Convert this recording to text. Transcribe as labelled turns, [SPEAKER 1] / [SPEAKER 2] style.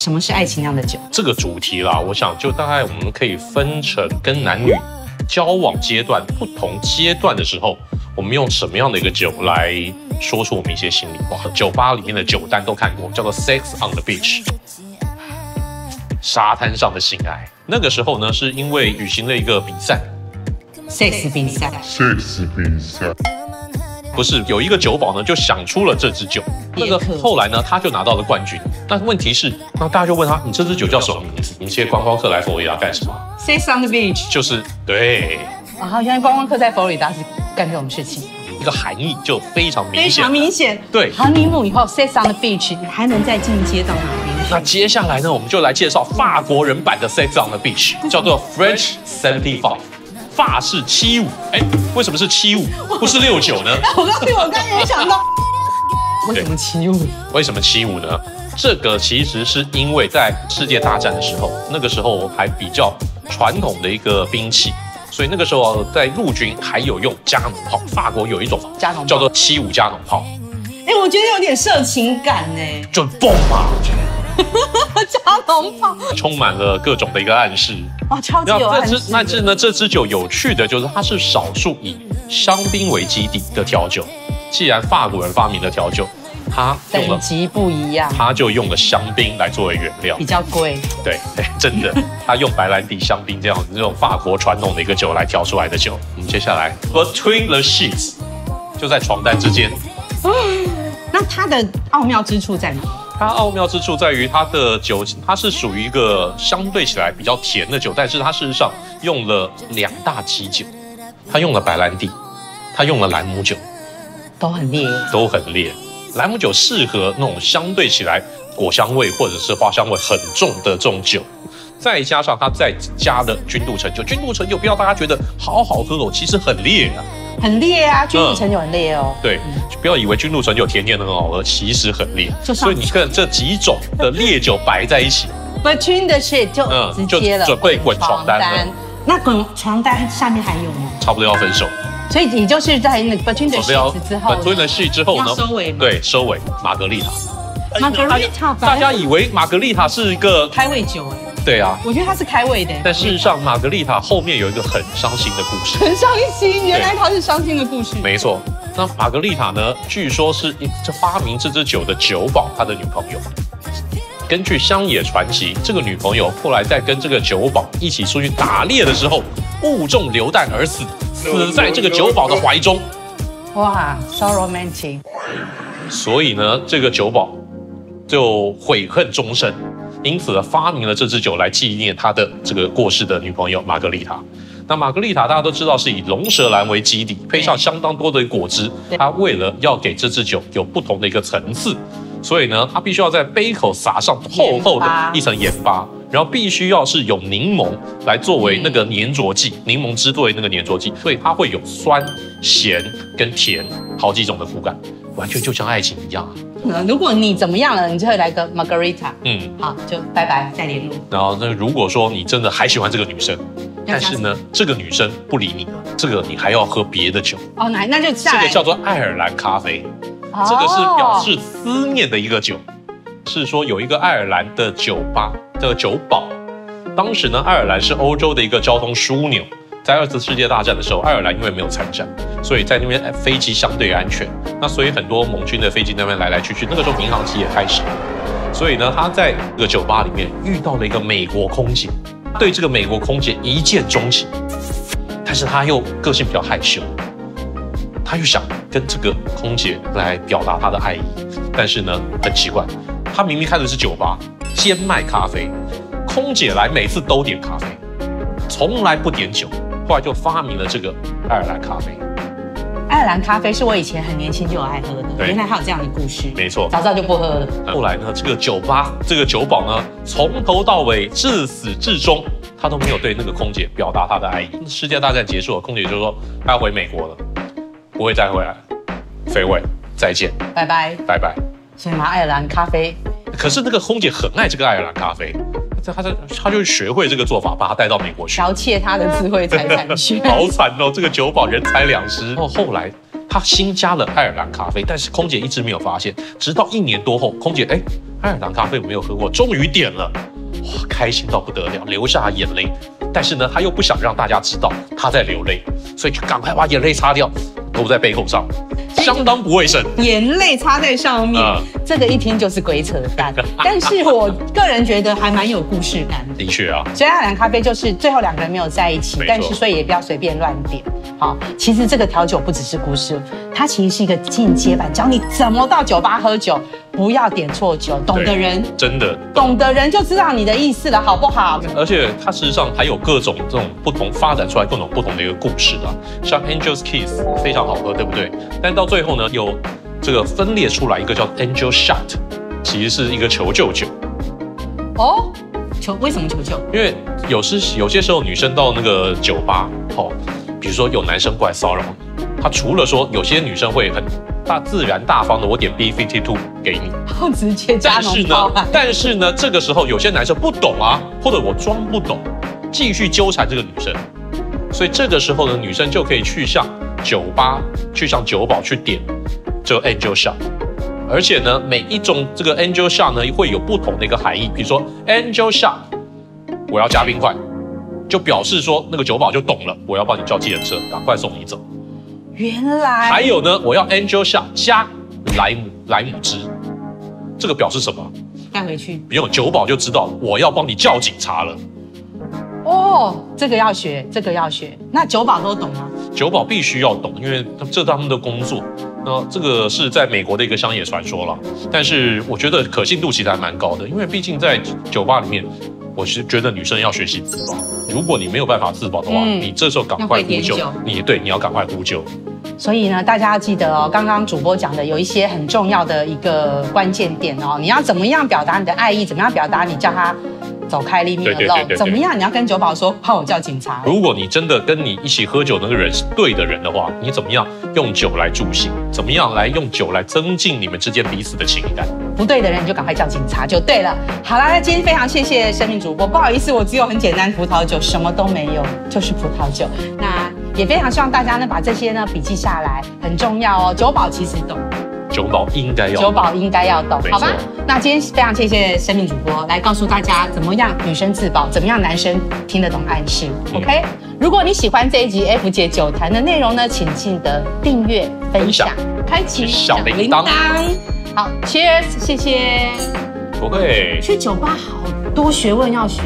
[SPEAKER 1] 什么是爱情酿的酒？
[SPEAKER 2] 这个主题啦，我想就大概我们可以分成跟男女交往阶段不同阶段的时候，我们用什么样的一个酒来说出我们一些心里话。酒吧里面的酒单都看过，叫做 Sex on the Beach，沙滩上的性爱。那个时候呢，是因为举行了一个比赛，
[SPEAKER 1] sex 比赛，
[SPEAKER 3] Sexy Pizza.
[SPEAKER 2] 不是有一个酒保呢，就想出了这支酒。那个
[SPEAKER 1] 别克
[SPEAKER 2] 后来呢，他就拿到了冠军。但问题是，那大家就问他，你这支酒叫什么名字？你这些观光客来佛罗里达干什么？
[SPEAKER 1] ，sex on the beach。
[SPEAKER 2] 就是对
[SPEAKER 1] 然后原来观光客在佛罗里达是干这种事情，
[SPEAKER 2] 一个含义就非常明
[SPEAKER 1] 非
[SPEAKER 2] 显
[SPEAKER 1] 常。明显。
[SPEAKER 2] 对
[SPEAKER 1] 航尼姆以后 sex on the beach，你还能再进阶到哪边去？
[SPEAKER 2] 那接下来呢，我们就来介绍法国人版的 Sex on the Beach，叫做 French Seventy Five，法式七五。哎，为什么是七五，不是六九 呢？
[SPEAKER 1] 我告诉你，我刚才也想到，为什么起舞？
[SPEAKER 2] 为什么七五呢？这个其实是因为在世界大战的时候，那个时候还比较传统的一个兵器，所以那个时候在陆军还有用加农炮。法国有一种
[SPEAKER 1] 加农炮
[SPEAKER 2] 叫做七五加农炮，
[SPEAKER 1] 哎，我觉得有点色情感呢、
[SPEAKER 2] 就嘣嘛，
[SPEAKER 1] 加农炮，
[SPEAKER 2] 充满了各种的一个暗示。
[SPEAKER 1] 哇，超级
[SPEAKER 2] 那
[SPEAKER 1] 有
[SPEAKER 2] 这
[SPEAKER 1] 暗
[SPEAKER 2] 支
[SPEAKER 1] 示
[SPEAKER 2] 那支呢？这支酒有趣的就是它是少数以香槟为基底的调酒。既然法国人发明的调酒，他用
[SPEAKER 1] 等
[SPEAKER 2] 了
[SPEAKER 1] 级不一样，
[SPEAKER 2] 他就用了香槟来作为原料
[SPEAKER 1] 比。较贵。
[SPEAKER 2] 对， 哎真的，他用白兰地、香槟这样这种法国传统的一个酒来调出来的酒。我们接下来 Between the Sheets 就在床单之间。
[SPEAKER 1] 那它的奥妙之处在哪？
[SPEAKER 2] 它奥妙之处在于它的酒，它是属于一个相对起来比较甜的酒，但是它事实上用了两大基酒，它用了白兰地，它用了兰姆酒，
[SPEAKER 1] 都很烈，
[SPEAKER 2] 都很烈。兰姆酒适合那种相对起来果香味或者是花香味很重的这种酒，再加上它再加了君度橙酒，君度橙酒不要大家觉得好好喝哦，其实很烈啊。
[SPEAKER 1] 很烈啊，君
[SPEAKER 2] 嗯
[SPEAKER 1] 子成就很烈哦。
[SPEAKER 2] 对，不要以为君度橙酒甜甜的很好喝，其实很烈。
[SPEAKER 1] 就上
[SPEAKER 2] 所以你看这几种的烈酒摆在一起，
[SPEAKER 1] Between the shit 就
[SPEAKER 2] 嗯
[SPEAKER 1] 直接了，
[SPEAKER 2] 就准备滚床单了
[SPEAKER 1] 那滚床单下面还有吗？
[SPEAKER 2] 差不多要分手。
[SPEAKER 1] 所以你就是在那个 Between the
[SPEAKER 2] 准备哦要
[SPEAKER 1] shit 之后呢，
[SPEAKER 2] 吞了戏之后呢，
[SPEAKER 1] 要收尾吗
[SPEAKER 2] 对，收尾玛格丽塔。
[SPEAKER 1] 玛格丽塔
[SPEAKER 2] 大家以为玛格丽塔是一个
[SPEAKER 1] 开胃酒哎，
[SPEAKER 2] 对啊，
[SPEAKER 1] 我觉得它是开胃的，
[SPEAKER 2] 但事实上玛格丽塔后面有一个很伤心的故事。
[SPEAKER 1] 很伤心，原来它是伤心的故事。
[SPEAKER 2] 没错，那玛格丽塔呢，据说是一这发明这支酒的酒保他的女朋友。根据乡野传奇，这个女朋友后来在跟这个酒保一起出去打猎的时候，误中流弹而死，死在这个酒保的怀中。
[SPEAKER 1] 哇，so romantic，
[SPEAKER 2] 所以呢，这个酒保就悔恨终身，因此呢发明了这支酒来纪念他的这个过世的女朋友玛格丽塔。那玛格丽塔大家都知道是以龙舌兰为基底，配上相当多的果汁
[SPEAKER 1] 对。
[SPEAKER 2] 它为了要给这支酒有不同的一个层次，所以呢，它必须要在杯口撒上厚厚
[SPEAKER 1] 盐巴
[SPEAKER 2] 的一层盐巴，然后必须要是有柠檬来作为那个粘着剂，柠檬汁作为那个粘着剂，所以它会有酸、咸跟甜好几种的口感，完全就像爱情一样啊。
[SPEAKER 1] 呃如果你怎么样了，你就会来个 Margarita，
[SPEAKER 2] 嗯，
[SPEAKER 1] 好，就拜拜，再联络。
[SPEAKER 2] 然后那如果说你真的还喜欢这个女生，
[SPEAKER 1] 要加
[SPEAKER 2] 但是呢，这个女生不理你了，这个你还要喝别的酒，
[SPEAKER 1] 哦，那那就下
[SPEAKER 2] 这
[SPEAKER 1] 来哦
[SPEAKER 2] 个叫做爱尔兰咖啡。这
[SPEAKER 1] 这
[SPEAKER 2] 个是表示思念的一个酒，是说有一个爱尔兰的酒吧的酒保，当时呢，爱尔兰是欧洲的一个交通枢纽，在二次世界大战的时候，爱尔兰因为没有参战，所以在那边哎飞机相对安全，那所以很多盟军的飞机那边来来去去，那个时候民航机也开始，所以呢，他在这个酒吧里面遇到了一个美国空姐，对这个美国空姐一见钟情，但是他又个性比较害羞，他又想跟这个空姐来表达他的爱意，但是呢，很奇怪，他明明开的是酒吧，兼卖咖啡，空姐来每次都点咖啡，从来不点酒，后来就发明了这个爱尔兰咖啡。
[SPEAKER 1] 爱尔兰咖啡是我以前很年轻就有爱喝的，
[SPEAKER 2] 对
[SPEAKER 1] 原来还有这样的故事。
[SPEAKER 2] 没错
[SPEAKER 1] 早知道就不喝了。
[SPEAKER 2] 后来呢，这个酒吧这个酒保呢，从头到尾至始至终，他都没有对那个空姐表达他的爱意。世界大战结束了，空姐就说他要回美国了，不会再回来了，飞位，再见，
[SPEAKER 1] 拜拜。
[SPEAKER 2] 拜拜。
[SPEAKER 1] 所以嘛，爱尔兰咖啡
[SPEAKER 2] 可是那个空姐很爱这个爱尔兰咖啡，她她她就学会这个做法，把它带到美国去。
[SPEAKER 1] 剽窃他的智慧财产权。
[SPEAKER 2] 好惨哦，这个酒保人财两失。哦，后来她新加了爱尔兰咖啡，但是空姐一直没有发现，直到一年多后，空姐哎，爱尔兰咖啡我没有喝过，终于点了，哇，开心到不得了，流下眼泪。但是呢，他又不想让大家知道他在流泪，所以就赶快把眼泪擦掉，揉在杯口上，相当不卫生。
[SPEAKER 1] 眼泪擦在上面，
[SPEAKER 2] 嗯
[SPEAKER 1] 这个一听就是鬼扯 淡。但是我个人觉得还蛮有故事感的。
[SPEAKER 2] 的确啊，
[SPEAKER 1] 所以爱尔兰咖啡就是最后两个人没有在一起
[SPEAKER 2] 没错，
[SPEAKER 1] 但是所以也不要随便乱点。好，其实这个调酒不只是故事，它其实是一个进阶版，教你怎么到酒吧喝酒，不要点错酒，懂的人。
[SPEAKER 2] 真的。
[SPEAKER 1] 懂的人就知道你的意思了，好不好？
[SPEAKER 2] 而且它事实上还有各种这种不同发展出来各种不同的一个故事啊，像 Angel's Kiss 非常好喝，对不对？但到最后呢，有这个分裂出来一个叫 Angel Shot，其实是一个求救酒。
[SPEAKER 1] 哦，求为什么求救？
[SPEAKER 2] 因为有时有些时候女生到那个酒吧，哦，比如说有男生过来骚扰你，他除了说有些女生会很大自然大方的，我点 B C T two 给你，
[SPEAKER 1] 好直接加
[SPEAKER 2] 但是
[SPEAKER 1] 浓
[SPEAKER 2] 呢
[SPEAKER 1] 泡啊，！
[SPEAKER 2] 但是呢，这个时候有些男生不懂啊，或者我装不懂，继续纠缠这个女生，所以这个时候呢，女生就可以去向酒吧，去向酒保去点这个 Angel Shot。而且呢，每一种这个 Angel Shot 呢，会有不同的一个含义。比如说 Angel Shot，我要加冰块，就表示说那个酒保就懂了，我要帮你叫计程车，赶快送你走。
[SPEAKER 1] 原来
[SPEAKER 2] 还有呢，我要 Angel Shot 加莱姆莱姆汁，这个表示什么？
[SPEAKER 1] 带回去
[SPEAKER 2] 没有酒保就知道我要帮你叫警察了。
[SPEAKER 1] 哦，这个要学，这个要学。那酒保都懂吗？啊
[SPEAKER 2] 酒保必须要懂，因为这是他们的工作。那这个是在美国的一个乡野传说了，但是我觉得可信度其实还蛮高的，因为毕竟在酒吧里面，我是觉得女生要学习自保。如果你没有办法自保的话，
[SPEAKER 1] 嗯
[SPEAKER 2] 你这时候赶快
[SPEAKER 1] 要会
[SPEAKER 2] 呼
[SPEAKER 1] 点
[SPEAKER 2] 救
[SPEAKER 1] 酒，
[SPEAKER 2] 你对你要赶快呼救。
[SPEAKER 1] 所以呢，大家要记得哦，刚刚主播讲的有一些很重要的一个关键点哦，你要怎么样表达你的爱意，怎么样表达你叫他走开，leave me
[SPEAKER 2] 对对对
[SPEAKER 1] alone，
[SPEAKER 2] 对对嗯
[SPEAKER 1] 怎么样你要跟酒保说，哦怕我叫警察。
[SPEAKER 2] 如果你真的跟你一起喝酒的那个人是对的人的话，你怎么样用酒来助兴？怎么样来用酒来增进你们之间彼此的情感？
[SPEAKER 1] 不对的人你就赶快叫警察就对了。好啦，那今天非常谢谢生命主播，不好意思，我只有很简单葡萄酒，什么都没有，就是葡萄酒。那也非常希望大家呢把这些呢笔记下来，很重要哦。酒保其实懂，
[SPEAKER 2] 酒保应该要
[SPEAKER 1] 酒保应该要懂
[SPEAKER 2] 没，错
[SPEAKER 1] 好吧？那今天非常谢谢生命主播来告诉大家怎么样女生自保，怎么样男生听得懂暗示。
[SPEAKER 2] 嗯
[SPEAKER 1] OK，如果你喜欢这一集 F 姐酒坛的内容呢，请记得订阅、分享、开启
[SPEAKER 2] 小铃铛
[SPEAKER 1] 好，Cheers，谢谢。
[SPEAKER 2] 不会。
[SPEAKER 1] 去酒吧好多学问要学。